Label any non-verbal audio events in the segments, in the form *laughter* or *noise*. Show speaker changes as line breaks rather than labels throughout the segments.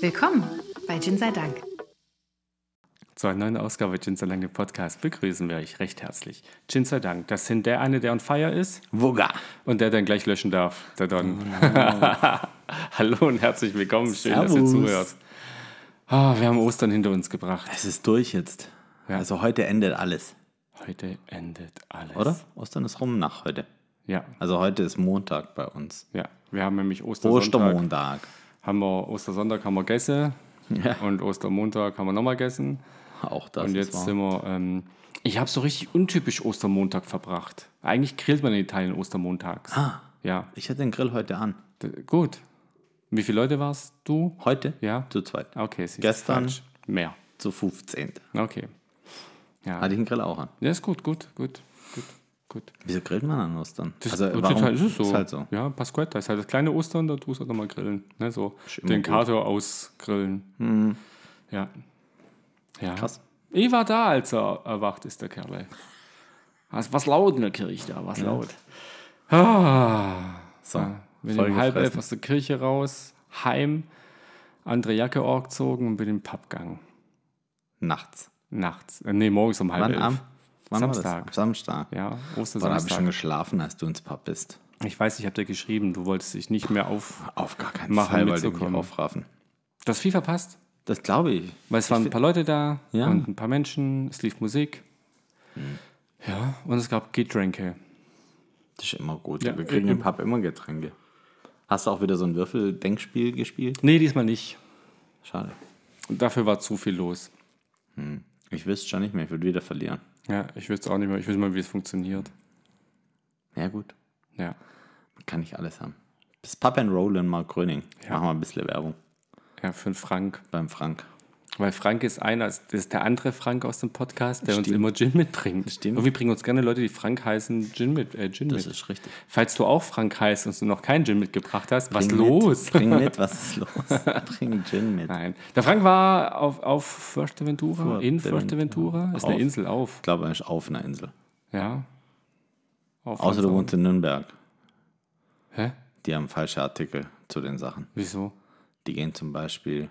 Willkommen bei Gin sei Dank.
Zur neuen Ausgabe Gin sei Dank, dem Podcast, begrüßen wir euch recht herzlich. Gin sei Dank, das sind der eine, der on fire ist
Wugga.
und der dann gleich löschen darf, der
Oh.
Don. *laughs* Hallo und herzlich willkommen, schön, dass ihr
Servus.
zuhört. Ah, wir haben Ostern hinter uns gebracht.
Es ist durch jetzt. Also heute endet alles,
Heute endet alles.
oder? Ostern ist rum nach heute.
Ja,
Also heute ist Montag bei uns.
ja. Wir haben nämlich Ostersonntag.
Ostermontag.
Haben wir Ostersonntag haben wir gegessen
Ja.
und Ostermontag haben wir nochmal gegessen.
Auch das
Und
ist
jetzt
wahr.
sind wir, ähm, ich habe so richtig untypisch Ostermontag verbracht. Eigentlich grillt man in Italien Ostermontags.
Ah.
Ja,
Ich hatte den Grill heute an.
d- gut. Wie viele Leute warst du?
Heute?
Ja.
Zu zweit.
Okay, siehst du,
Gestern?
Quatsch. Mehr.
Zu 15.
Okay. Ja.
Hatte ich den Grill auch an.
ja, ist gut, gut, gut, gut, gut.
Wieso grillt man an Ostern?
heutzutage ist es so.
Also, Ist halt so.
Ja, Pasquetta ist halt das kleine Ostern, da tust du halt nochmal grillen. Ne, so
immer
den
gut. Hm.
Kater ausgrillen. Ja. ja.
Krass.
Ich war da, als er erwacht ist, der Kerl. ey. Was, was laut in der Kirche da, was laut. Ah,
So.
bin
voll
um halb elf
gefressen.
aus der Kirche raus, heim, andere Jacke angezogen und bin in den Pub gegangen.
Nachts.
Nachts. Äh, nee, morgens um halb
Wann
elf.
am? Wann War
Samstag.
das? Samstag.
Ja,
Wann habe ich schon
Ostersamstag.
geschlafen, als du ins Pub bist?
Ich weiß, ich habe dir geschrieben, du wolltest dich nicht mehr auf...
Auf gar keinen
Machen
Fall, weil die mich
mitzukommen.
aufraffen.
Du hast viel verpasst.
Das glaube ich.
Weil es waren ein paar Leute da
Ja. Hm.
und ein paar Menschen, es lief Musik. Ja, und es gab Getränke.
Das ist immer gut.
Ja,
wir kriegen im Pub immer Getränke. Hast du auch wieder so ein Würfel-Denkspiel gespielt?
Nee, diesmal nicht.
Schade.
Und dafür war zu viel los.
Ich wüsste schon nicht mehr, ich würde wieder verlieren.
Ja, ich wüsste auch nicht mehr, ich wüsste mal, wie es funktioniert.
Ja, gut.
Ja.
Kann ich alles haben. Das Pub and Roll in Mark Gröning. Machen wir ein bisschen Werbung
Ja, für den Frank.
beim Frank.
Weil Frank ist einer, das ist der andere Frank aus dem Podcast, der uns
Stimmt.
immer Gin mitbringt.
Stimmt.
Und wir bringen uns gerne Leute, die Frank heißen, Gin mit. Äh, Gin
Das
mit.
ist richtig.
Falls du auch Frank heißt und du noch keinen Gin mitgebracht hast, was
Bring
los? *laughs*
Mit. Bring mit, was ist los? Bring Gin mit.
Nein. Der Frank war auf, auf Fuerteventura, in
Fuerteventura.
Fuerteventura. Ist eine
Auf.
Insel auf.
Ich glaube, er ist auf einer Insel.
Ja. Auf
Außer du
Hansa.
wohnst in Nürnberg.
Hä?
Die haben falsche Artikel zu den Sachen.
Wieso?
Die gehen zum Beispiel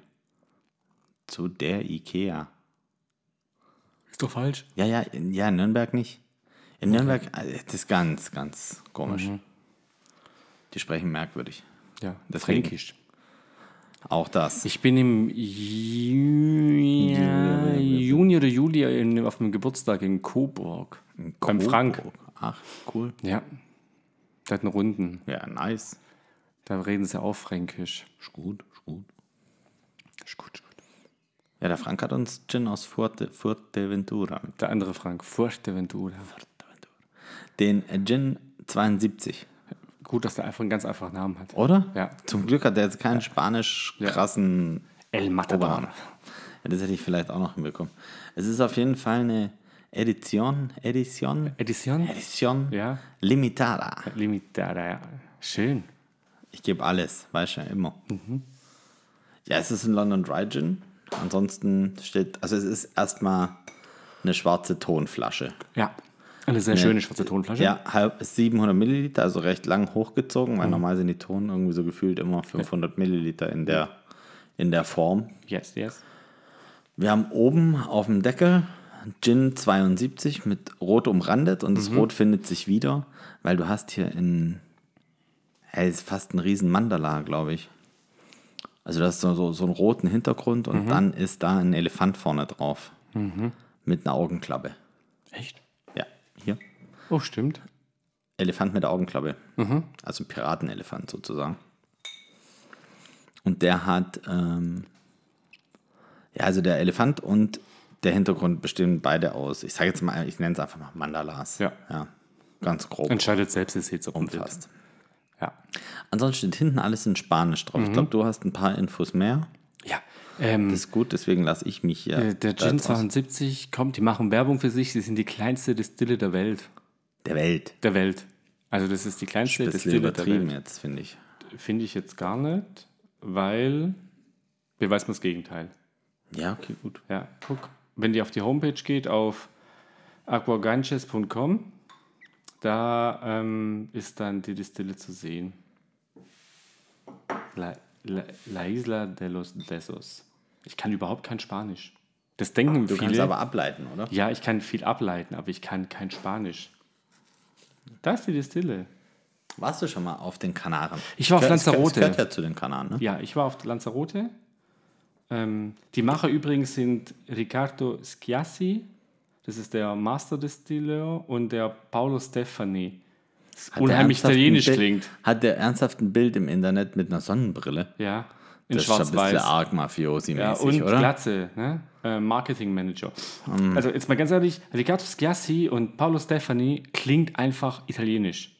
zu der Ikea.
Ist doch falsch.
Ja, ja, in, ja, in Nürnberg nicht. In Nürnberg, äh, das ist ganz, ganz komisch.
Mhm.
Die sprechen merkwürdig.
Ja,
Deswegen. Auch das.
Ich bin im Ju ja, Juni oder Juli in, auf dem Geburtstag in Coburg. Beim Frank.
Coburg. Ach, cool.
Ja. Da hatten Runden.
Ja, nice.
Da reden sie auch Fränkisch.
Ist gut, ist gut.
Ist gut, ist gut.
Ja, der Frank hat uns Gin aus Fuerte, Fuerteventura. mit-
Der andere Frank, Fuerteventura.
Den äh, Gin 72,
Gut, dass der einfach einen ganz einfachen Namen hat.
oder?
Ja.
Zum Glück hat er jetzt keinen spanisch krassen
El
Obernamen. Ja, das hätte ich vielleicht auch noch hinbekommen. Es ist auf jeden Fall eine Edition, Edition,
Edition?
Edition
Ja.
Limitada.
Limitada, ja. Schön.
Ich gebe alles, weißt du, immer.
Mhm.
Ja, es ist ein London Dry Gin. Ansonsten steht, also es ist erstmal eine schwarze Tonflasche.
Ja. Eine sehr schöne schwarze Tonflasche.
Ja, halb 700 Milliliter, also recht lang hochgezogen,
Mhm.
weil normal sind die Tonen irgendwie so gefühlt immer 500 Milliliter in der, in der Form.
Yes, yes.
Wir haben oben auf dem Deckel Gin 72 mit Rot umrandet und das Rot findet sich wieder, weil du hast hier in hey, ist fast ein riesen Mandala, glaube ich. Also das ist so, so, so einen roten Hintergrund und dann ist da ein Elefant vorne drauf. Mit einer Augenklappe.
Echt?
Ja, hier.
Oh, stimmt.
Elefant mit Augenklappe.
Mhm.
Also ein Piratenelefant sozusagen. Und der hat, ähm, ja, also der Elefant und der Hintergrund bestimmen beide aus. Ich sage jetzt mal, ich nenne es einfach mal Mandalas.
Ja.
ja ganz grob
Entscheidet selbst, es jetzt auch
umfasst.
Ja.
Ansonsten steht hinten alles in Spanisch drauf.
Mhm.
Ich glaube, du hast ein paar Infos mehr.
Ja. Ähm,
Das ist gut, deswegen lasse ich mich hier.
äh, Mhm. der
da
Gin
jetzt aus-
72 kommt, die machen Werbung für sich, sie sind die kleinste Distille der Welt.
der Welt.
Der Welt. Also das ist die kleinste
Das ist
Distille der
übertrieben
Welt.
jetzt, finde ich.
Finde ich jetzt gar nicht, weil beweist man das Gegenteil.
Ja, okay, gut.
Ja, guck, wenn ihr auf die Homepage geht, auf aquaganches.com, da ähm, ist dann die Distille zu sehen. Le La, La Isla de los Besos. Ich kann überhaupt kein Spanisch. Das denken
Du
viele.
kannst aber ableiten, oder?
ja, ich kann viel ableiten, aber ich kann kein Spanisch. Da ist die Distille.
Warst du schon mal auf den Kanaren?
Ich war auf
Gehört- es
Lanzarote.
gehört- Es gehört ja zu den Kanaren, ne?
Ja, ich war auf Lanzarote. Ähm, die Macher übrigens sind Riccardo Schiassi, das ist der Master Distiller, und der Paolo Stefani. Das
Hat der
unheimlich
ernsthaft ein
italienisch
Bild-
klingt.
Hat der ernsthaft ein Bild im Internet mit einer Sonnenbrille?
Ja, in
das ist schon ein bisschen
schwarz-weiß.
arg mafiosi-mäßig,
Ja, und
oder? Hm.
Glatze, ne? äh, Marketing Manager. Also jetzt mal ganz ehrlich, Riccardo Schiassi und Paolo Stefani klingt einfach italienisch.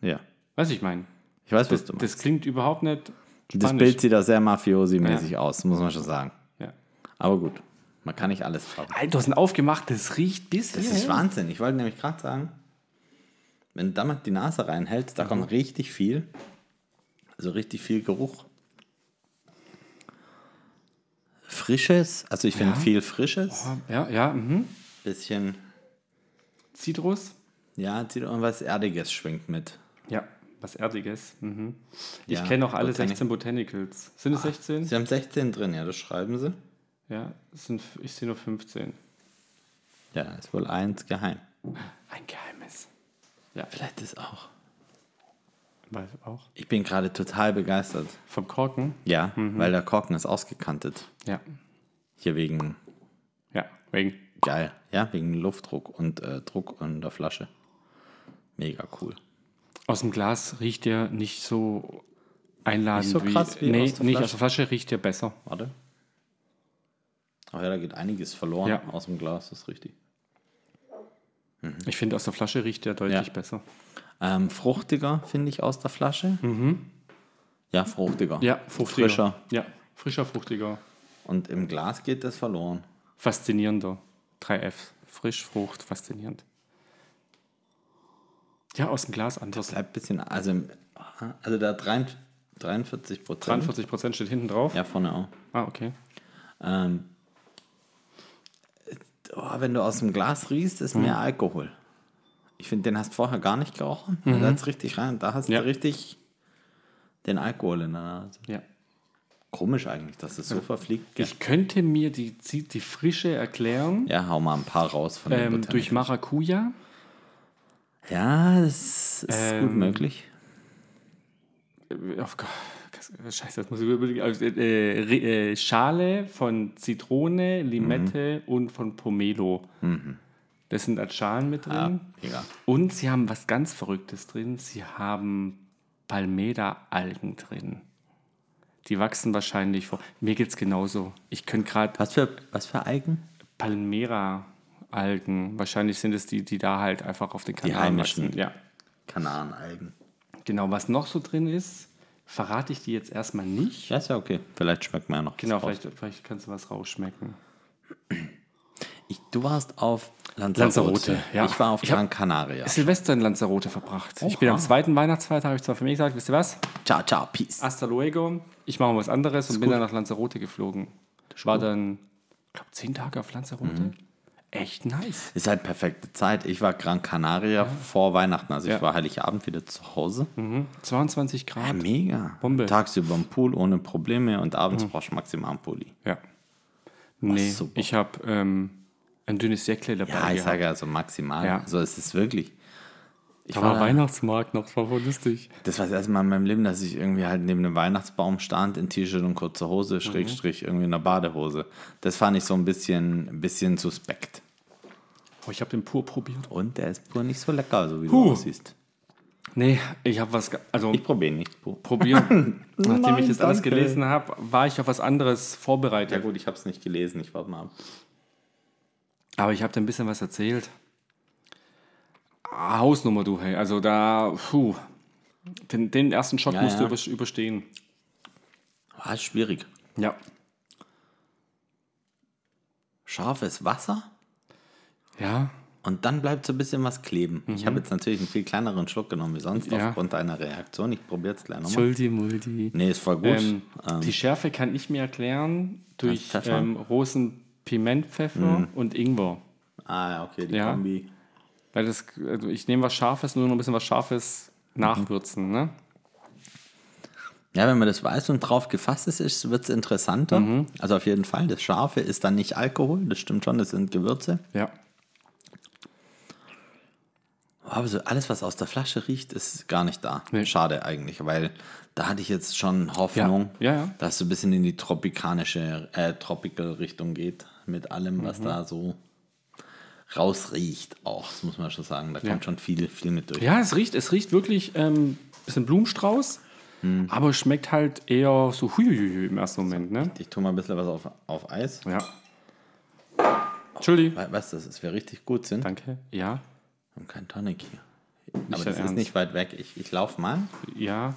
Ja.
Weiß ich meine.
Ich weiß, was du meinst.
Das klingt überhaupt nicht
Das
spanisch.
Bild sieht da sehr mafiosi-mäßig aus, muss man schon sagen.
ja.
Aber gut, man kann nicht alles tragen.
Alter, das ist ein aufgemachtes riecht bis
Das ist Wahnsinn. Ich wollte nämlich gerade sagen, wenn du damit die Nase reinhältst, da
Mhm.
kommt richtig viel. Also richtig viel Geruch. Frisches, also ich finde viel Frisches.
Ja, ja, mhm.
Bisschen,
Zitrus.
ja, zieht irgendwas Erdiges schwingt mit.
Ja, was Erdiges. Mhm.
Ja,
ich kenne auch alle
Botanic-
16 Botanicals. Sind
Ah,
es 16?
Sie haben 16 drin, ja, das schreiben sie.
ja, es sind, ich sehe nur 15.
Ja, da ist wohl eins geheim.
Ein Geheimnis.
Vielleicht ist auch.
Weil auch.
Ich bin gerade total begeistert.
Vom Korken?
Ja,
Mhm.
weil der Korken ist ausgekantet.
Ja.
Hier wegen
Ja, wegen.
Geil, ja, wegen Luftdruck und äh, Druck in der Flasche. Mega cool.
Aus dem Glas riecht der nicht so einladend
Nicht so krass wie
nee,
aus der
nicht
Flasche.
aus der Flasche riecht der besser.
Warte. Ach ja, da geht einiges verloren
Ja.
aus dem Glas, das ist richtig.
Ich finde, aus der Flasche riecht der deutlich
Mhm. Ja.
besser.
Ähm, fruchtiger, finde ich, aus der Flasche. Ja, fruchtiger.
Mhm. Ja, fruchtiger.
Frischer.
Ja, frischer, fruchtiger.
Und im Glas geht das verloren.
Faszinierender. 3F. Frisch, Frucht, faszinierend. Ja, aus dem Glas anders.
Bleibt ein bisschen, also, im- also da 43 Prozent.
43 Prozent steht hinten drauf.
Ja, vorne auch.
Ah, okay.
Ähm, äh, oh, wenn du aus dem Glas riechst,
Hm.
ist mehr Alkohol. Ich finde, den hast du vorher gar nicht gerochen. Da hat's richtig rein. Da hast
Mhm. Ja.
du richtig den Alkohol in der Nase.
Ja.
Komisch eigentlich, dass es so verfliegt. gell?
Ich könnte mir die, die, die Frische erklären
Ja, hau mal ein paar raus von den
ähm,
Botanicals.
durch Maracuja.
Ja, das ist
Ähm,
gut möglich.
Äh, Oh Gott. das- Scheiße, das muss ich überlegen. Also, äh, Re- äh, Schale von Zitrone, Limette und von Pomelo. Das sind als Schalen mit drin.
Ja, egal.
Und sie haben was ganz Verrücktes drin. Sie haben Palmeda-Algen drin. Die wachsen wahrscheinlich vor. Mir geht's genauso. Ich könnte gerade
Was für, was für Algen?
Palmera-Algen. Wahrscheinlich sind es die, die da halt einfach auf den Kanal
heimischen.
wachsen. Ja.
Kanarenalgen.
Genau, was noch so drin ist, verrate ich dir jetzt erstmal nicht.
Ja, ist ja okay. Vielleicht schmeckt man ja noch. was
Genau,
raus.
vielleicht, vielleicht kannst du was rausschmecken.
Ich, du warst auf Lanzarote.
Lanzarote, ja.
Ich war auf
Ich hab-
Gran Canaria.
Silvester in Lanzarote verbracht. Ich bin am zweiten Weihnachtsfeiertag, habe ich zwar für mich gesagt, wisst ihr was?
Ciao, ciao, peace.
Hasta luego. Ich mache mal was anderes und bin dann nach Lanzarote geflogen. War dann, ich glaube, zehn Tage auf Lanzarote. Echt nice.
Ist halt perfekte Zeit. Ich war Gran Canaria vor Weihnachten. Also
Ja.
ich war Heiligabend wieder zu Hause.
22 Grad.
Mega.
Bombe. Mhm.
Tagsüber im Pool ohne Probleme und abends brauchst du maximal einen Pulli.
Ja. Nee,
super.
ich habe ähm, ein dünnes Säckle dabei.
Ja, ich
gehabt.
sage ja so maximal.
Ja.
So ist es wirklich. Ich
Da
war
war
da-
Weihnachtsmarkt noch, das war voll lustig.
Das war das erste Mal in meinem Leben, dass ich irgendwie halt neben einem Weihnachtsbaum stand, in T-Shirt und kurzer Hose, Schrägstrich,
Mhm.
irgendwie in einer Badehose. Das fand ich so ein bisschen, ein bisschen suspekt.
Oh, ich habe den pur probiert.
Und der ist pur nicht so lecker, so wie
Huh.
du aussiehst.
Nee, ich habe was, ge- also
Ich probiere nicht pur. *laughs*
probieren. Nachdem
Nein,
ich das alles
danke.
gelesen habe, war ich auf was anderes vorbereitet.
Ja gut, ich habe es nicht gelesen, ich warte mal ab.
Aber ich habe dir ein bisschen was erzählt. Ah, Hausnummer, du, hey. Also da, puh. Den, den ersten Schock
Ja,
musst
ja.
du über, überstehen.
War Ah, schwierig.
Ja.
Scharfes Wasser
Ja.
und dann bleibt so ein bisschen was kleben. Ich habe jetzt natürlich einen viel kleineren Schluck genommen wie sonst
Mhm. Ja.
aufgrund deiner Reaktion. Ich probiere es gleich nochmal.
Multi, multi.
Nee, ist voll gut.
Ähm,
Ähm,
die Schärfe kann ich mir erklären durch
Pfeffer?
ähm, rosen Pimentpfeffer und Ingwer.
ah, ja, okay, die
ja.
Kombi.
Weil das, also ich nehme was Scharfes, nur noch ein bisschen was Scharfes nachwürzen, ne?
Ja, wenn man das weiß und drauf gefasst ist, ist wird es interessanter.
Mhm.
Also auf jeden Fall, das Scharfe ist dann nicht Alkohol, das stimmt schon, das sind Gewürze.
Ja.
Aber so alles, was aus der Flasche riecht, ist gar nicht da.
Nee.
Schade eigentlich, weil da hatte ich jetzt schon Hoffnung,
Ja, ja, ja.
dass es so ein bisschen in die tropikanische, äh, tropical Richtung geht. Mit allem,
Mhm.
was da so rausriecht auch, das muss man schon sagen. Da kommt schon viel, viel mit durch.
Ja, es riecht, es riecht wirklich ein ähm, bisschen Blumenstrauß, aber es schmeckt halt eher so huiuiui im ersten Moment, ne?
Ich tue mal ein bisschen was auf, auf Eis.
Ja. Entschuldigung.
We- Weißt du, dass wir richtig gut sind?
Danke. Ja,
Wir haben keinen Tonic hier.
dein
Aber das ist
Ernst.
nicht weit weg. Ich, ich laufe mal.
ja,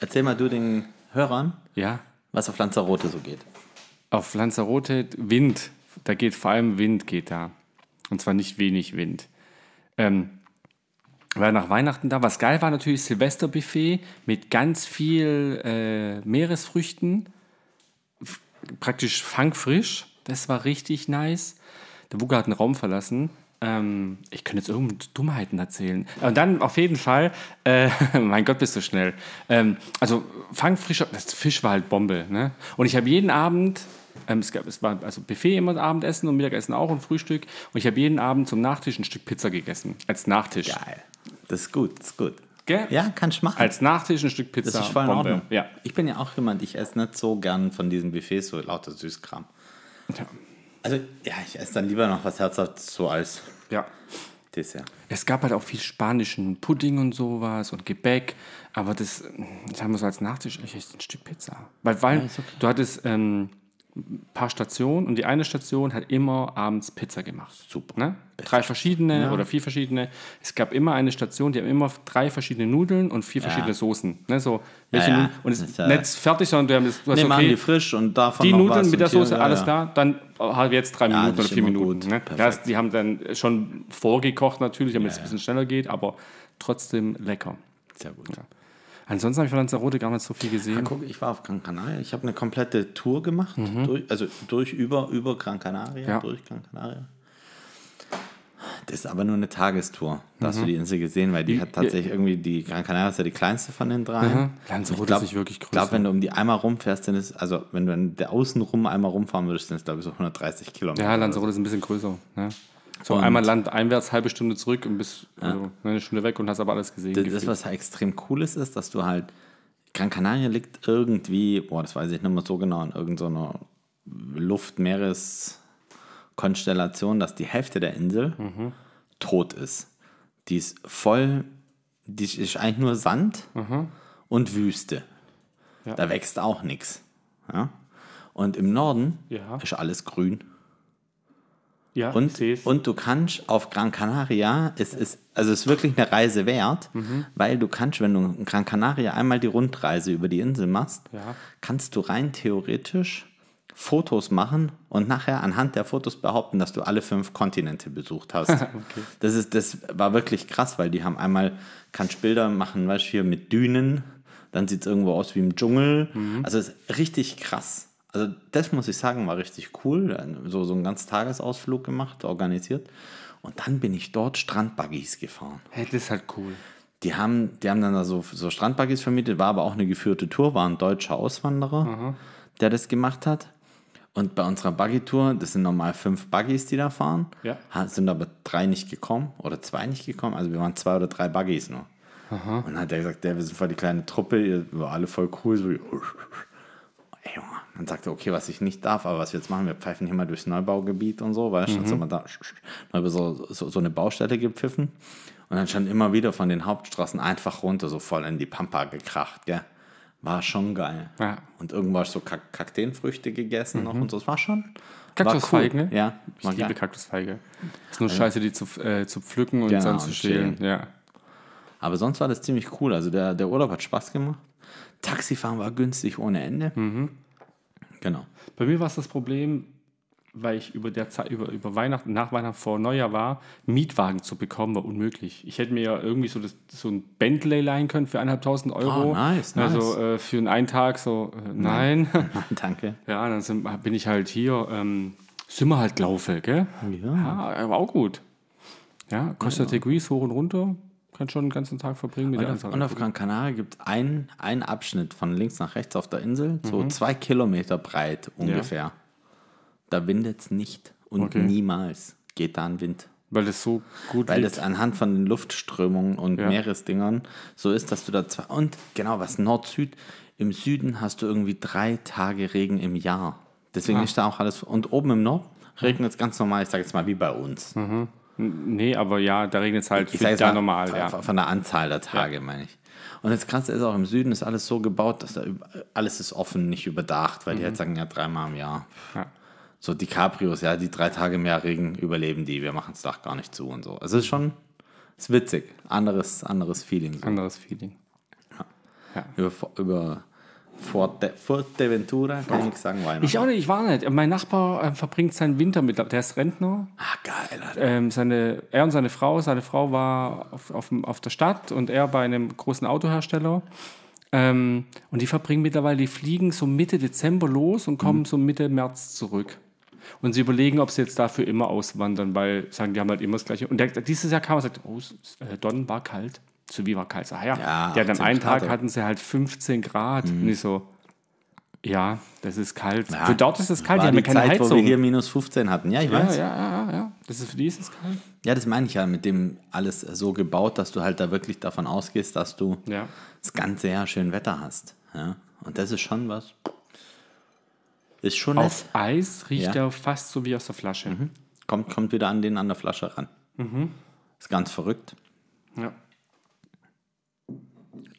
Erzähl mal du den Hörern,
ja.
was auf Lanzarote so geht.
Auf Lanzarote Wind. Da geht vor allem Wind, geht da. Und zwar nicht wenig Wind. Ähm, war nach Weihnachten da. Was geil war natürlich Silvesterbuffet mit ganz viel äh, Meeresfrüchten. F praktisch fangfrisch. Das war richtig nice. Der Buga hat einen Raum verlassen. Ähm, ich könnte jetzt irgendwelche Dummheiten erzählen. Und dann auf jeden Fall, äh, *laughs* mein Gott, bist du schnell. Ähm, also fangfrischer, das Fisch war halt Bombe. Ne? Und ich habe jeden Abend, ähm, es, gab, es war also Buffet immer Abendessen und Mittagessen auch und Frühstück. Und ich habe jeden Abend zum Nachtisch ein Stück Pizza gegessen. Als Nachtisch.
Geil. Das ist gut, das ist gut.
Gell?
Ja, kannst du machen.
Als Nachtisch ein Stück Pizza.
das ist voll in
Bombe.
Ordnung.
Ja.
Ich bin ja auch jemand, ich esse nicht so gern von diesen Buffets so lauter Süßkram.
ja.
Also, ja, ich esse dann lieber noch was Herzhaftes so als
Ja.
Dessert.
Es gab halt auch viel spanischen Pudding und sowas und Gebäck, aber das, das haben wir so als Nachtisch, ich esse ein Stück Pizza. Weil, weil du hattest ähm, ein paar Stationen und die eine Station hat immer abends Pizza gemacht. Super. Ne? Drei verschiedene oder vier verschiedene. Es gab immer eine Station, die haben immer drei verschiedene Nudeln und vier verschiedene Soßen. Ne? So, welche
ja.
Nudeln- Und es
Das
ist
ist ja-
nicht fertig, sondern du hast, du hast
Nee, machen
okay,
die frisch und davon
die
noch
Nudeln
was
mit der
und hier-
Soße,
ja,
alles
ja.
klar, dann haben wir jetzt drei Minuten
das
oder
ist
vier
immer
Minuten.
gut.
Ne?
Perfekt.
Das, die haben dann schon vorgekocht natürlich, damit es ein bisschen schneller geht, aber trotzdem lecker.
Sehr gut.
Ansonsten habe ich von Lanzarote gar nicht so viel gesehen.
Guck, ich war auf Gran Canaria. Ich habe eine komplette Tour gemacht. Durch, also durch, über, über Gran Canaria.
Mhm. Ja.
Durch Gran Canaria. Das ist aber nur eine Tagestour. Da
Mhm.
hast du die Insel gesehen, weil die hat tatsächlich irgendwie, die Gran Canaria ist ja die kleinste von den drei.
Lanzarote
Ich glaub-
Mhm. ist nicht wirklich
Ich glaube,
größer.
wenn du um die einmal rumfährst, dann ist, also wenn du an der Außenrum einmal rumfahren würdest, dann ist glaube ich so 130 Kilometer.
Ja, Lanzarote ist ein bisschen größer. Ne? So
Und- Ah.
einmal Land einwärts, halbe Stunde zurück und bist also, eine Stunde weg und hast aber alles gesehen.
Das, das,
gefühlt.
was halt extrem cool ist, ist, dass du halt, Gran Canaria liegt irgendwie, boah, das weiß ich nicht mehr so genau, in irgendeiner Luft-Meeres-Konstellation, dass die Hälfte der Insel tot ist. Die ist voll, die ist eigentlich nur Sand und Wüste. Da wächst auch nichts. Ja? Und im Norden
Ja.
ist alles grün.
ja, ich
Und,
seh's.
und du kannst auf Gran Canaria, es ist, also es ist wirklich eine Reise wert,
Mhm.
weil du kannst, wenn du in Gran Canaria einmal die Rundreise über die Insel machst,
Ja.
kannst du rein theoretisch Fotos machen und nachher anhand der Fotos behaupten, dass du alle fünf Kontinente besucht hast. das, ist, das war wirklich krass, weil die haben einmal, kannst Bilder machen, weißt du, hier mit Dünen, dann sieht es irgendwo aus wie im Dschungel. Also es ist richtig krass. Also das muss ich sagen, war richtig cool. So, so einen ganzen Tagesausflug gemacht, organisiert. Und dann bin ich dort Strandbuggies gefahren.
hey, das ist halt cool.
Die haben, die haben dann da so, so Strandbuggies vermietet, war aber auch eine geführte Tour, war ein deutscher Auswanderer, der das gemacht hat. Und bei unserer Buggy-Tour, das sind normal fünf Buggies, die da fahren,
Ja.
ha- sind aber drei nicht gekommen oder zwei nicht gekommen. Also wir waren zwei oder drei Buggies nur. Und dann hat er gesagt, der, wir sind voll die kleine Truppe, ihr war alle voll cool. So, ey, Junge. Dann sagt er, okay, was ich nicht darf, aber was wir jetzt machen, wir pfeifen hier mal durchs Neubaugebiet und so,
Mhm.
weißt du, dann sind wir da dann haben wir so, so, so eine Baustelle gepfiffen. Und dann stand immer wieder von den Hauptstraßen einfach runter, so voll in die Pampa gekracht, gell. War schon geil.
Ja.
Und irgendwo hast du Kak Kakteenfrüchte gegessen noch und so, das war schon.
Kaktusfeigen,
war
ne?
cool. Ja,
Ich
war
liebe
geil.
Kaktusfeige. Ist nur scheiße, die zu, äh, zu pflücken und
Genau,
dann zu
und
schälen.
schälen.
Ja.
Aber sonst war das ziemlich cool. Also der, der Urlaub hat Spaß gemacht. Taxifahren war günstig ohne Ende.
Mhm.
Genau. *laughs*
Bei mir war es das Problem, weil ich über der Zeit, über, über Weihnachten, nach Weihnachten vor Neujahr war, Mietwagen zu bekommen, war unmöglich. Ich hätte mir ja irgendwie so, das, so ein Bentley leihen können für 1.500 Euro.
Oh, nice, nice.
Also äh, für einen, einen Tag so, äh, nein.
Danke.
*laughs* ja, dann sind, bin ich halt hier, ähm, sind wir halt laufe, gell? Ja. war auch gut. Ja, Costa Teguise hoch und runter, Kann schon den ganzen Tag verbringen mit
Und
der
auf,
Anzahl.
und auf Gran Canaria gibt es einen, einen Abschnitt von links nach rechts auf der Insel,
Mhm.
so zwei Kilometer breit ungefähr. Da windet es nicht und
Okay.
niemals geht da ein Wind.
weil das so gut
Weil
liegt.
das anhand von den Luftströmungen und
Ja.
Meeresdingern so ist, dass du da zwei. Und genau, was Nord-Süd. Im Süden hast du irgendwie drei Tage Regen im Jahr. Deswegen
Ah.
ist da auch alles. Und oben im Norden regnet es ganz normal, ich sage jetzt mal wie bei uns.
nee, aber ja, da regnet es halt
Ich sage
viel
jetzt
da
mal,
normal.
von,
Ja.
von der Anzahl der Tage, meine ich. Und das Krasse ist auch, im Süden ist alles so gebaut, dass da über- alles ist offen, nicht überdacht,
Mhm.
weil die halt sagen, ja, dreimal im Jahr.
Ja.
So die Cabrios, ja, die drei Tage im Jahr Regen überleben die, wir machen das Dach gar nicht zu und so. Also es ist schon, ist witzig, anderes, anderes Feeling. So.
Anderes Feeling.
Über, über Forte, Forteventura kann ich nichts sagen, Weihnachten.
Ich auch nicht, ich war nicht. Mein Nachbar ähm, verbringt seinen Winter mit. Der ist Rentner.
ah, geil, Alter.
Ähm, seine, er und seine Frau, seine Frau war auf, auf, dem- auf der Stadt und er bei einem großen Autohersteller. Ähm, und die verbringen mittlerweile, die fliegen so Mitte Dezember los und
Mhm.
kommen so Mitte März zurück. Und sie überlegen, ob sie jetzt dafür immer auswandern, weil sagen, die haben halt immer das Gleiche. Und der, dieses Jahr kam und sagt, oh, s- äh, Don war kalt, Sylvie war kalt. Ach ja,
Ja,
ja dann
18
einen Tag
Grad.
hatten sie halt 15 Grad.
Mhm.
Und ich so, ja, das ist kalt.
Ja,
Für dort ist es kalt,
War
die haben ja
die
keine
Zeit,
Heizung.
wo wir hier minus 15 hatten. Ja, ich
ja,
weiß.
ja, ja, ja, ja. Das ist für die ist es kalt.
Ja, das meine ich ja mit dem alles so gebaut, dass du halt da wirklich davon ausgehst, dass du
Ja.
das ganze Jahr schön Wetter hast. Ja? Und das ist schon was. Ist schon nett.
Auf Eis riecht
Ja. Mhm.
er fast so wie aus der Flasche.
Kommt, kommt wieder an den an der Flasche ran. Ist ganz verrückt.
Ja.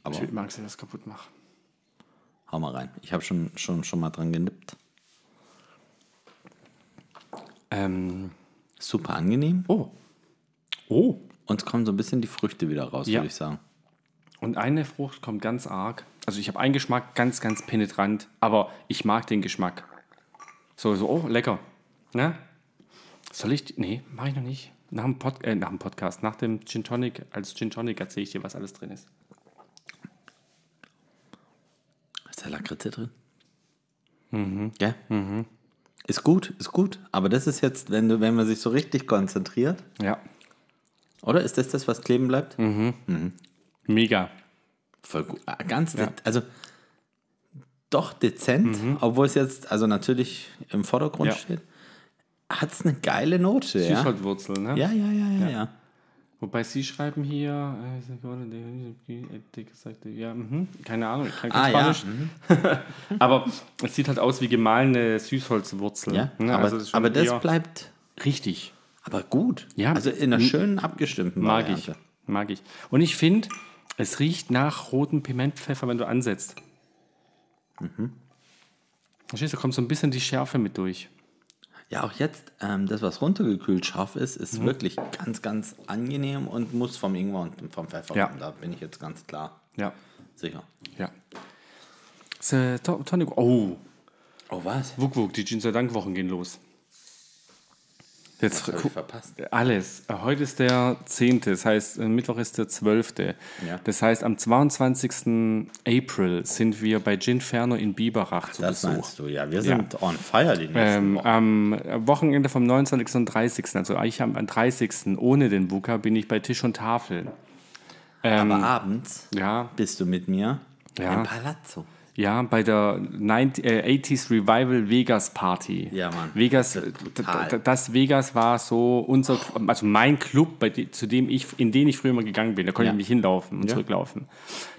Aber
Ich mag, dass ich das kaputt mache.
hau mal rein. Ich habe schon, schon, schon mal dran genippt.
Ähm,
Super angenehm.
oh. Oh.
Uns kommen so ein bisschen die Früchte wieder raus,
Ja.
würde ich sagen.
Und eine Frucht kommt ganz arg. Also ich habe einen Geschmack ganz, ganz penetrant, aber ich mag den Geschmack. So, so, oh, lecker. Ne? Soll ich, die- nee, mache ich noch nicht. Nach dem, Pod, äh, nach dem Podcast, nach dem Gin Tonic, als Gin Tonic erzähle ich dir, was alles drin ist.
Ist da Lakritze drin? Mhm. Ja. Ist gut, ist gut. Aber das ist jetzt, wenn, du, wenn man sich so richtig konzentriert,
Ja.
oder? Ist das das, was kleben bleibt?
Mega.
Voll gut. Ah, Ganz, de- also doch dezent, obwohl es jetzt, also natürlich im Vordergrund
Mhm. Ja.
steht, hat es eine geile Note. Ja? ja,
Süßholzwurzel, ne?
ja, ja, ja, ja.
Wobei Sie schreiben hier, äh, ich sag, warte, der- der- der gesagt, ja, mhm, keine Ahnung, ich kann kein
Ah, ja.
Spanisch. Aber es sieht halt aus wie gemahlene Süßholzwurzel.
ja.
Ne,
aber,
also ist schon
aber das
eher-
bleibt
richtig.
aber gut.
Ja.
Also in einer schönen, abgestimmten
Mag ich.
Variante.
Mag ich. Und ich finde, es riecht nach rotem Pimentpfeffer, wenn du ansetzt. Mhm.
Mhm.
Verstehst du, da kommt so ein bisschen die Schärfe mit durch.
Ja, auch jetzt, ähm, das, was runtergekühlt scharf ist, ist
Mhm.
wirklich ganz, ganz angenehm und muss vom Ingwer und vom Pfeffer
Ja.
kommen. Da bin ich jetzt ganz klar
Ja.
sicher.
Ja. Das, äh, To- Tonic. Oh,
Oh, was?
Wuck, wuck, die Gin sei Dank Wochen gehen los. Jetzt
Das habe ich verpasst.
Alles. Äh, Heute ist der 10., das heißt, äh, Mittwoch ist der 12.
Ja.
Das heißt, am 22. April sind wir bei Gin Ferner in Biberach zu
Das
Besuch.
meinst du, ja. Wir sind on fire die nächsten
Ähm,
Wochen.
am Wochenende vom 29. und 30. Also eigentlich am am 30. ohne den VUCA bin ich bei Tisch und Tafel.
Aber abends
Ja,
bist du mit mir
Ja.
im Palazzo.
ja, bei der 90, äh, 80s Revival Vegas Party.
Ja, Mann.
Vegas,
Das
d-
ist
d-
brutal.
d- das Vegas war so unser, also mein Club, bei de, zu dem ich, in den ich früher immer gegangen bin. Da konnte
Ja.
ich mich hinlaufen und zurücklaufen.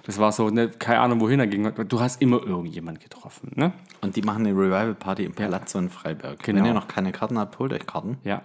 Das war so, ne, keine Ahnung, wohin er ging. Du hast immer irgendjemand getroffen, ne?
Und die machen eine Revival-Party im Palazzo in Freiberg.
Genau.
Wenn ihr noch keine Karten habt, holt euch Karten.
Ja.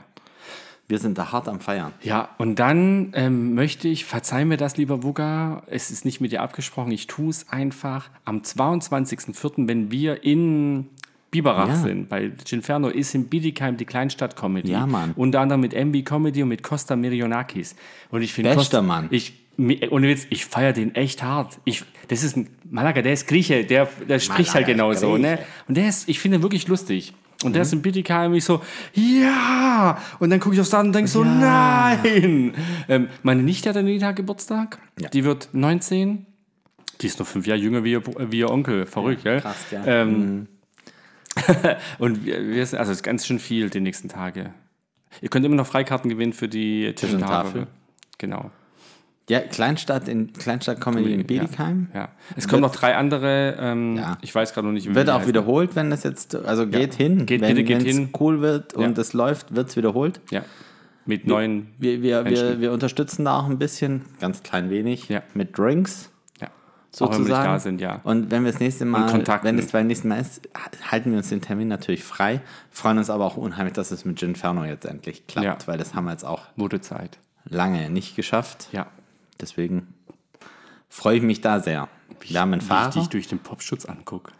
Wir sind da hart am Feiern.
Ja, und dann ähm, möchte ich, verzeih mir das, lieber Wugga, es ist nicht mit dir abgesprochen, ich tue es einfach. Am 22.04., wenn wir in Biberach
Ja.
sind, bei Ginferno, ist in Bietigheim die Kleinstadt-Comedy.
Ja, Mann.
Unter anderem mit MB Comedy und mit Costa Mirionakis. Und ich finde,
Bester
Costa-
Mann.
Ich, mi- ohne Witz, ich feiere den echt hart. Ich, das ist ein Malaga, der ist Grieche, der, der spricht halt
Malaga ist
genauso. Ne?
Grieche.
Und der ist, ich finde ihn wirklich lustig. Und
Mhm.
der ist in Bietigheim, ich so, ja! Und dann gucke ich aufs Datum und denke so, nein! Ähm, meine Nichte hat an den Tag Geburtstag.
Ja.
Die wird 19. Die ist nur fünf Jahre jünger wie ihr, Br- wie ihr Onkel. Verrückt, gell? Ähm,
Krass, ja. Mhm.
*laughs* Und wir, wir sind, also es ist ganz schön viel die nächsten Tage. Ihr könnt immer noch Freikarten gewinnen für die Tisch
und
und Tafel.
Tafel.
Genau.
Ja, Kleinstadt in Kleinstadt Comedy in Bietigheim.
Ja. Es kommen noch drei andere. Ähm,
Ja.
Ich weiß gerade noch nicht, wie
Wird
die
auch
heißen.
wiederholt, wenn das jetzt, also geht hin.
Geht-
wenn
bitte geht
wenn's
hin.
cool wird und
Ja.
das läuft, wird es wiederholt.
Ja. Mit neuen.
Wir, wir, wir,
Menschen.
wir unterstützen da auch ein bisschen, ganz klein wenig,
Ja.
mit Drinks
Ja.
sozusagen.
Auch wenn wir nicht da sind, ja.
Und wenn wir das nächste Mal,
Kontakten.
wenn das beim nächsten Mal ist, halten wir uns den Termin natürlich frei. Freuen uns aber auch unheimlich, dass es mit Ginferno jetzt endlich klappt,
Ja.
weil das haben wir jetzt auch
Wurde Zeit.
lange nicht geschafft.
Ja.
Deswegen freue ich mich da sehr. Wir haben einen
Wie ich
Fahrer,
dich durch den Popschutz angucke.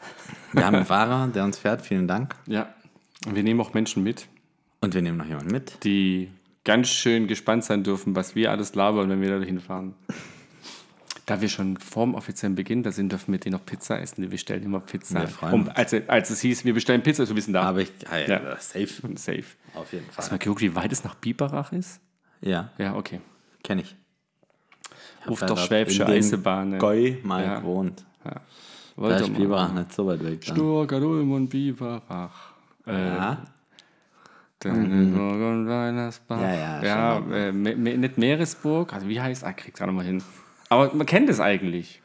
wir haben einen Fahrer, der uns fährt. Vielen Dank.
Ja. Und wir nehmen auch Menschen mit,
Und wir nehmen noch jemanden mit.
die ganz schön gespannt sein dürfen, was wir alles labern, wenn wir da hinfahren. Da wir schon vorm offiziellen Beginn da sind, dürfen wir denen noch Pizza essen. Wir bestellen immer Pizza.
Wir freuen
Um, als, als es hieß, wir bestellen Pizza, so wissen da.
Aber ich, ah, ja,
Ja.
safe.
Safe.
Auf jeden
Hast du mal
Fall.
geguckt, wie weit es nach Biberach ist?
Ja,
Ja, okay.
kenne ich. Ich
Ruf
hab
doch
da
Schwäbische
in dem
Eisenbahnen.
Goi mal
Ja.
gewohnt. Da
Wollte
ist
mal.
Biberach nicht so weit weg. Dann.
Sturger Ulm und Biberach.
Ja.
Däneburg ne? und Weinersbach.
Mhm. Ja, ja,
ja
schon
äh, me, me, nicht Meeresburg. Also wie heißt, ah, krieg's auch nochmal hin. Aber man kennt es eigentlich.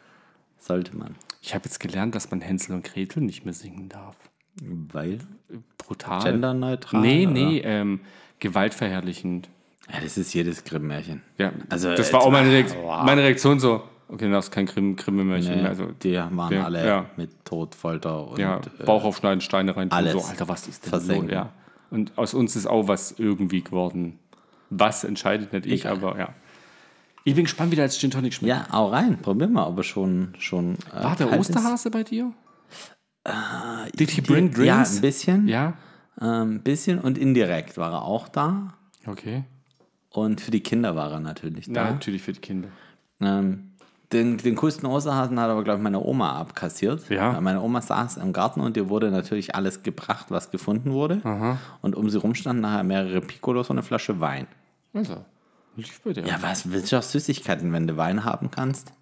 Sollte man.
Ich habe jetzt gelernt, dass man Hänsel und Gretel nicht mehr singen darf.
Weil
Brutal.
genderneutral.
Nee,
oder?
nee, ähm, gewaltverherrlichend.
Ja, das ist jedes Grimm-Märchen.
Ja,
Also,
also das
äh,
war auch meine, Reakt
wow.
meine Reaktion so. Okay, dann darfst kein Grimm, Grimme-Märchen
Nee,
mehr. Also,
die waren
der-
alle
ja.
mit Tod, Folter und
ja,
äh,
Bauch aufschneiden, Steine rein.
alles.
So, Alter, was ist denn
Versenken.
so? Ja. Und aus uns ist auch was irgendwie geworden. Was entscheidet nicht ich, aber ja. Ich bin gespannt, wie der als Gin Tonic schmeckt.
ja, auch rein. Probier mal, ob er schon. schon äh,
War Ah, der
kalt ist.
Osterhase bei dir? Did he bring
Ja, ein
drinks?
bisschen.
Ja.
Ähm, ein bisschen und indirekt war er auch da.
Okay.
Und für die Kinder war er natürlich
Na,
da.
natürlich für die Kinder.
Ähm, den, den coolsten Osterhasen hat aber, glaube ich, meine Oma abkassiert.
Ja.
Weil meine Oma saß im Garten und ihr wurde natürlich alles gebracht, was gefunden wurde. Und um sie rum standen nachher mehrere Piccolos und eine Flasche Wein.
Also, lief bei dir.
Ja, was willst du auf Süßigkeiten, wenn du Wein haben kannst?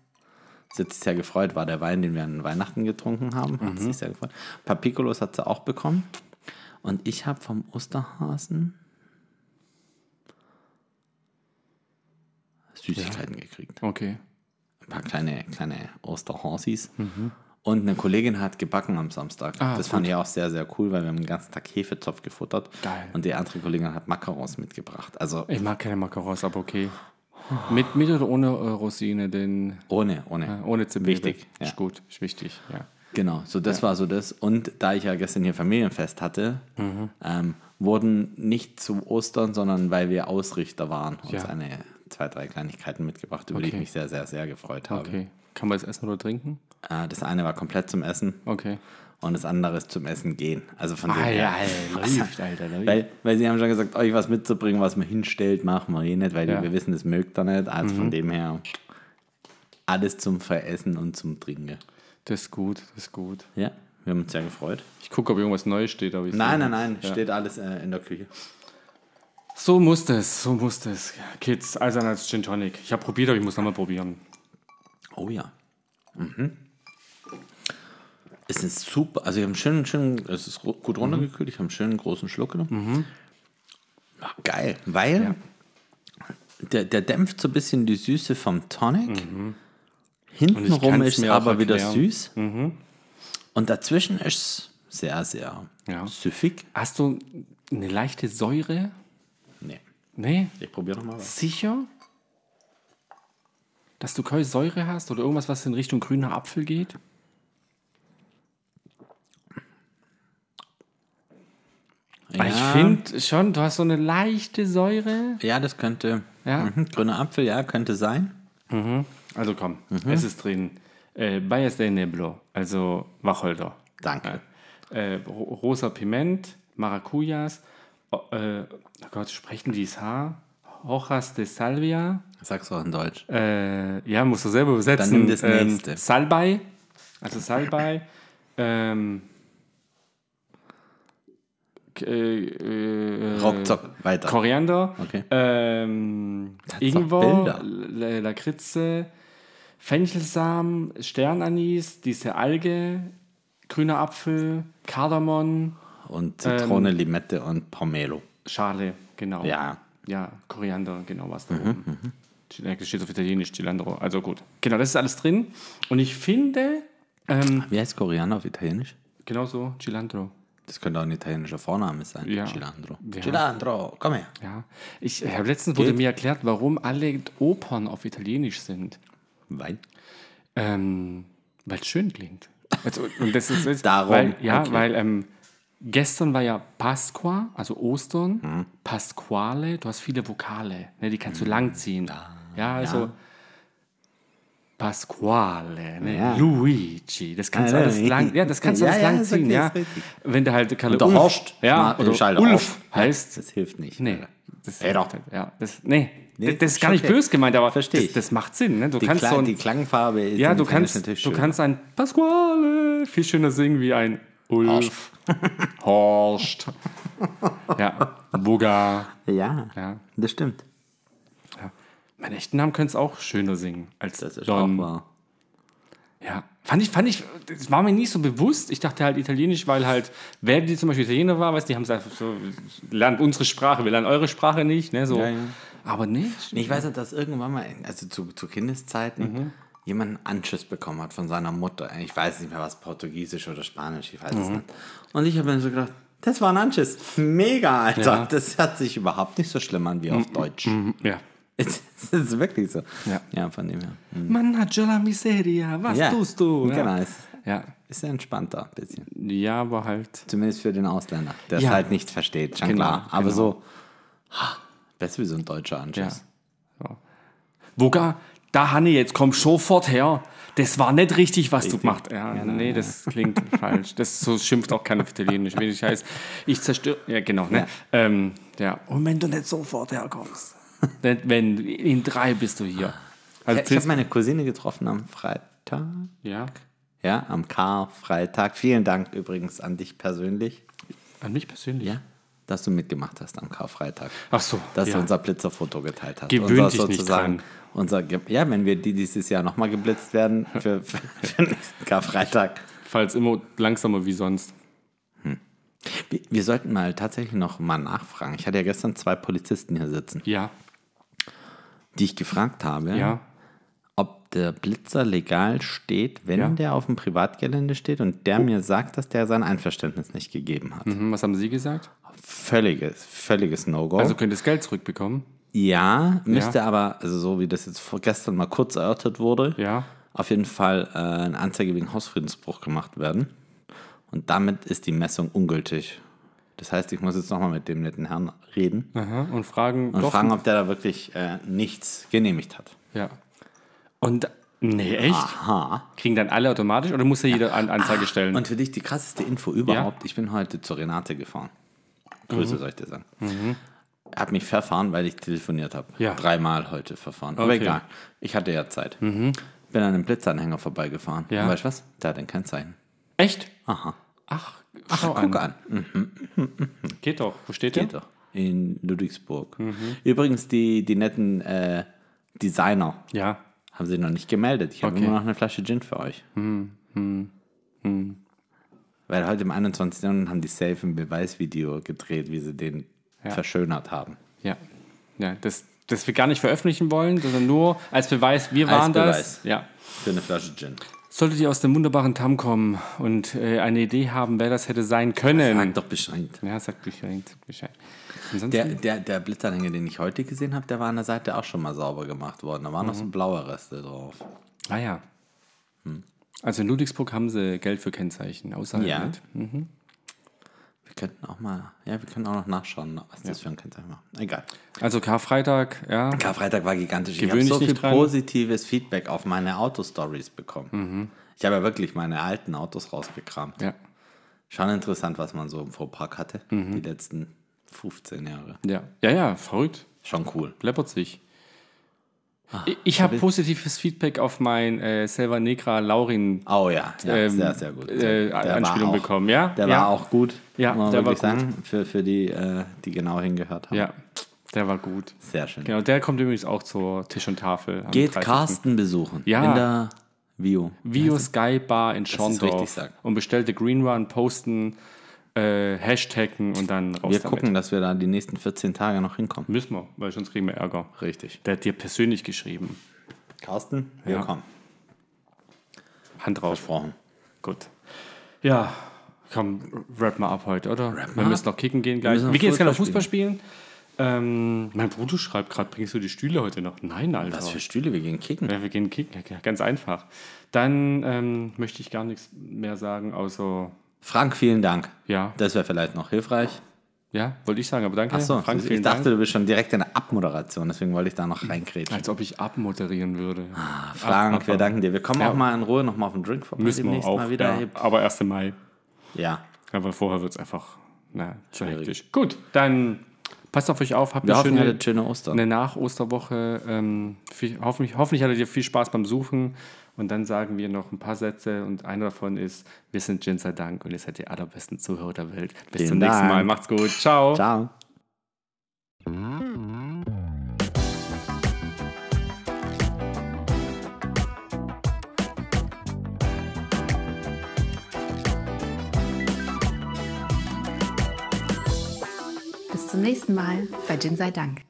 Sie hat sich sehr gefreut, war der Wein, den wir an Weihnachten getrunken haben. Hat
Mhm.
sie sich sehr gefreut. Ein paar Piccolos hat sie auch bekommen. Und ich habe vom Osterhasen Süßigkeiten gekriegt.
Okay.
Ein paar kleine, kleine Osterhansis.
Mhm.
Und eine Kollegin hat gebacken am Samstag.
Ah,
das fand ich auch sehr, sehr cool, weil wir haben den ganzen Tag Hefezopf gefuttert.
Geil.
Und die andere Kollegin hat Macarons mitgebracht. Also
Ich mag keine Macarons, aber okay. Mit, mit oder ohne äh, Rosine, denn äh,
ohne, ohne.
ohne Zimbabwe.
Wichtig, ja.
Ist gut, ist wichtig, ja.
Genau, so das war so das. Und da ich ja gestern hier Familienfest hatte,
Mhm.
ähm, wurden nicht zu Ostern, sondern weil wir Ausrichter waren, uns
Ja.
eine, zwei, drei Kleinigkeiten mitgebracht, über die ich
Okay.
mich sehr, sehr, sehr gefreut habe.
Okay. Kann man es essen oder trinken?
Äh, das eine war komplett zum Essen
Okay.
und das andere ist zum Essen gehen. Also von dem
Ah, ja,
her. *laughs*
läuft, Alter, läuft.
Weil, weil sie haben schon gesagt, euch was mitzubringen, was man hinstellt, machen wir eh nicht, weil
Ja. Mhm.
wir wissen, das mögt ihr nicht. Also von dem her alles zum Veressen und zum Trinken.
Das ist gut, das ist gut.
Ja, wir haben uns sehr gefreut.
Ich gucke, ob irgendwas Neues steht, aber ich sehe
Nein, nein, nein,
nichts. Hm. Ja.
steht alles äh, in der Küche.
So muss das, so muss das. Kids, Eisern als Gin Tonic. Ich habe probiert, aber ich muss nochmal probieren.
Oh ja. Mhm. Es ist super, also ich habe einen schönen, schönen, es ist ru-
Mhm.
gut runtergekühlt, ich habe einen schönen großen Schluck genommen. Ja, geil, weil der, der dämpft so ein bisschen die Süße vom Tonic. Hintenrum
Mhm. kann's
ist
mir auch
aber wieder
erklären. Mhm.
süß. Und dazwischen ist es sehr, sehr
Ja.
süffig.
Hast du eine leichte Säure?
Nee,
Nee?
ich probiere nochmal was.
Sicher? Dass du keine Säure hast oder irgendwas, was in Richtung grüner Apfel geht? Weil Ah, Ich
Ja.
finde schon, du hast so eine leichte Säure.
Ja, das könnte,
Ja.
mhm, grüner Apfel, ja, könnte sein.
Also komm, es ist drin. Äh, Bayes del Neblo, also Wacholder.
Danke.
Äh, ro- rosa Piment, Maracujas, o- äh, oh Gott, sprechen die es Haar? Hojas de Salvia.
Sag's auch in Deutsch.
Äh, ja, musst du selber übersetzen.
Dann nimm das
ähm,
nächste.
Salbei, also Salbei. *laughs* ähm, k- äh, äh,
Rockzock, weiter.
Koriander,
Okay.
ähm,
Hat's auch
Ingwer,
Bilder.
L- Lakritze, Fenchelsamen, Sternanis, diese Alge, grüner Apfel, Kardamom,
Und Zitrone,
ähm,
Limette und Pomelo.
Schale, genau.
Ja.
Ja, Koriander, genau was da oben. Steht steht auf Italienisch, Cilantro. Also gut. Genau, das ist alles drin. Und ich finde, ähm,
Wie heißt Koreaner auf Italienisch?
genau so, Cilantro.
Das könnte auch ein italienischer Vorname sein.
Ja.
Cilandro.
Ja.
Cilandro, komm her.
Ja. Ich, äh, letztens wurde mir erklärt, warum alle Opern auf Italienisch sind.
Weil
Ähm, weil es schön klingt. Also, und das ist, ist
*laughs* Darum,
Weil, ja,
okay.
weil ähm, gestern war ja Pasqua, also Ostern,
Mhm.
Pasquale, du hast viele Vokale, ne, die kannst du langziehen. Ja, also Pasquale, ne,
Ja.
Luigi, das kannst du
Ja,
alles
ja,
lang, ja, das kannst du
ja,
alles
ja, ist
langziehen,
okay,
ja.
ist richtig.
Wenn du halt Kalle
der
Ulf-
Horst
ja,
macht den
oder
Schalter
Ulf
auf.
heißt,
das hilft nicht.
Nee. Das halt,
Hey doch.
Ja, das, nee,
Nee,
das ist gar
schon
nicht
okay.
böse gemeint, aber
Versteh
das,
ich.
das macht Sinn. Ne? Du
Die,
kannst
Klang,
so ein,
die Klangfarbe ist
ja,
im
du
Italienischen
kannst,
natürlich
du
schön.
kannst ein Pasquale viel schöner singen wie ein Ulf, *laughs* Horst, ja, Buga.
Ja,
Ja.
das stimmt.
Ja. Meinen echten Namen könntest auch schöner singen als
Das ist
Don.
auch wahr.
Ja, fand ich, fand ich, das war mir nicht so bewusst. Ich dachte halt italienisch, weil halt, wer die zum Beispiel Italiener war, weißt du, die haben es einfach so, lernt unsere Sprache, wir lernen eure Sprache nicht, ne, so.
Ja, ja.
Aber nee,
Ich weiß nicht, dass irgendwann mal, also zu, zu Kindeszeiten,
Mhm.
jemand einen Anschiss bekommen hat von seiner Mutter. Ich weiß nicht mehr, was Portugiesisch oder Spanisch, ich weiß
Mhm.
es nicht. Und ich habe mir so gedacht, das war ein Anschiss. Mega, Alter.
Ja.
Das hört sich überhaupt nicht so schlimm an wie auf Deutsch. *laughs*
ja.
Das ist wirklich so.
Ja.
von dem her.
Mannaggia la miseria, was
Hm. Ja,
tust du?
Genau, ist,
Ja.
ist entspannter ein bisschen.
ja, aber halt.
Zumindest für den Ausländer, der
Ja.
es halt nicht versteht, schon
Genau,
klar. Aber
genau.
so, ha, besser wie so ein deutscher Anschiss.
Ja. Wuga, da Hanne, jetzt komm sofort her. Das war nicht richtig, was du gemacht hast. Ja, nee, das klingt *laughs* falsch. Das so schimpft auch keiner auf Italienisch. Wenn ich heißt, ich zerstöre. Ja, genau. Ne? Ähm, ja. Und wenn du nicht sofort herkommst. *laughs* Nicht, wenn in drei bist du hier. Also,
Ich, ich habe meine Cousine getroffen am Freitag.
ja,
Ja, am Karfreitag. Vielen Dank übrigens an dich persönlich,
an mich persönlich.
ja, dass du mitgemacht hast am Karfreitag.
Ach so,
Dass
ja.
du unser Blitzerfoto geteilt hast.
Gewöhnt
unser,
dich nicht dran.
Unser, Ge- ja, wenn wir die dieses Jahr nochmal geblitzt werden für, für, für den nächsten Karfreitag.
Falls immer langsamer wie sonst.
Wir, wir sollten mal tatsächlich noch mal nachfragen. Ich hatte ja gestern zwei Polizisten hier sitzen,
Ja,
die ich gefragt habe,
ja.
ob der Blitzer legal steht, wenn
Ja. Oh.
der auf dem Privatgelände steht und der mir sagt, dass der sein Einverständnis nicht gegeben hat.
Mhm, was haben Sie gesagt?
Völliges, völliges No-Go.
Also könnt ihr das Geld zurückbekommen.
Ja, müsste aber, also so wie das jetzt vor gestern mal kurz erörtert wurde,
Ja.
auf jeden Fall äh, eine Anzeige wegen Hausfriedensbruch gemacht werden. Und damit ist die Messung ungültig. Das heißt, ich muss jetzt nochmal mit dem netten Herrn reden
Aha. Und fragen,
und
doch,
fragen, ob der da wirklich äh, nichts genehmigt hat.
Ja. Und nee, echt?
Aha.
Kriegen dann alle automatisch oder muss ja jeder an Anzeige stellen?
Und für dich die krasseste Info überhaupt, ich bin heute zu Renate gefahren. Grüße
Mhm.
soll ich dir sagen. Hab mich verfahren, weil ich telefoniert habe.
Ja.
Dreimal heute verfahren. Aber
Okay. Mhm.
egal. Ich hatte ja Zeit. Bin an einem Blitzanhänger vorbeigefahren.
Ja.
Und weißt du was? Der hat denn kein Zeichen.
echt?
Aha.
Ach, schau an.
Guck an.
Geht doch. Wo steht
Geht
der?
doch. In Ludwigsburg.
Mhm.
Übrigens, die, die netten äh, Designer
Ja.
haben sie noch nicht gemeldet. Ich habe
Okay.
immer noch eine Flasche Gin für euch. Weil heute im 21. Jahrhundert haben die safe ein Beweisvideo gedreht, wie sie den verschönert haben.
Ja. Ja, das, das wir gar nicht veröffentlichen wollen, sondern nur als Beweis, wir waren das.
Beweis.
Ja.
Für eine Flasche Gin.
Solltet ihr aus dem wunderbaren Tamm kommen und äh, eine Idee haben, wer das hätte sein können.
Sag doch beschränkt.
Ja, sagt Bescheid. sagt Bescheid. Ansonsten,
Der, der, der Blitzanhänger, den ich heute gesehen habe, der war an der Seite auch schon mal sauber gemacht worden. Da waren noch so blaue Reste drauf.
ah ja.
Hm.
Also in Ludwigsburg haben sie Geld für Kennzeichen, außerhalb
Ja.
nicht.
Wir könnten auch mal, ja, wir können auch noch nachschauen, was das für ein Kennzeichen war. Egal.
Also Karfreitag, ja.
Karfreitag war gigantisch. Ich habe
Gewöhn dich
so viel
nicht dran.
positives Feedback auf meine Autostories bekommen. Ich habe ja wirklich meine alten Autos rausgekramt.
Mhm. Ja.
Schon interessant, was man so im Vorpark hatte,
Mhm.
die letzten 15 Jahre.
Ja, ja, ja verrückt.
Schon cool.
Läppert sich.
Ah,
ich ich habe positives Feedback auf mein äh, Selva Negra Laurin
Oh ja, ja
ähm,
sehr, sehr gut.
äh,
Der war
Anspielung
auch-
bekommen, ja?
Der
ja.
war auch gut,
Ja,
muss man
der war
wirklich sagen, für, für die, äh, die genau hingehört haben.
Ja, der war gut.
Sehr schön.
Genau, der kommt übrigens auch zur Tisch und Tafel. am
Geht
30..
Carsten besuchen
Ja.
in der Vio.
Vio Sky Bar in
ist richtig
Schorndorf
stark.
und bestellte Green Run, posten äh, hashtaggen und dann raus
Wir
damit.
gucken, dass wir da die nächsten 14 Tage noch hinkommen.
Müssen wir, weil sonst kriegen wir Ärger.
Richtig.
Der hat dir persönlich geschrieben.
Carsten, wir
Ja.
kommen.
Hand drauf.
Versprochen.
Gut. Ja, komm, wrap mal ab heute, oder? wir
mal
müssen noch kicken gehen gleich.
müssen noch
Wir, gehen jetzt gerade noch Fußball
Fußball
spielen. Ähm, mein Bruder schreibt gerade, bringst du die Stühle heute noch? Nein, Alter.
Was für Stühle, wir gehen kicken.
Ja, wir gehen kicken, ja, ganz einfach. Dann ähm, möchte ich gar nichts mehr sagen, außer,
Frank, vielen Dank.
ja,
Das wäre vielleicht noch hilfreich.
ja, wollte ich sagen, aber danke.
Achso,
Frank,
ich
vielen
dachte,
Dank.
du bist schon direkt in der Abmoderation, deswegen wollte ich da noch reingrätschen.
Als ob ich abmoderieren würde.
Frank,
ab, ab,
wir
ab.
danken dir. Wir kommen
Ah, Ja.
auch mal in Ruhe nochmal auf den Drink vorbei.
Müssen wir
demnächst
auch,
mal wieder.
ja, aber 1. Mai.
ja.
Aber vorher wird es einfach na, zu hektisch. Gut, dann passt auf euch auf. Habt
Wir
eine
hoffen, ihr
schöne,
hattet schöne Ostern.
eine Nach-Osterwoche. Ähm, viel, hoffentlich, hoffentlich hattet ihr viel Spaß beim Suchen. Und dann sagen wir noch ein paar Sätze. Und einer davon ist, wir sind Jin sei Dank und ihr seid die allerbesten Zuhörer der Welt. Bis
Vielen
zum nächsten
Dank.
Mal. Macht's gut. Ciao.
Ciao.
Bis zum nächsten Mal bei Gin sei Dank.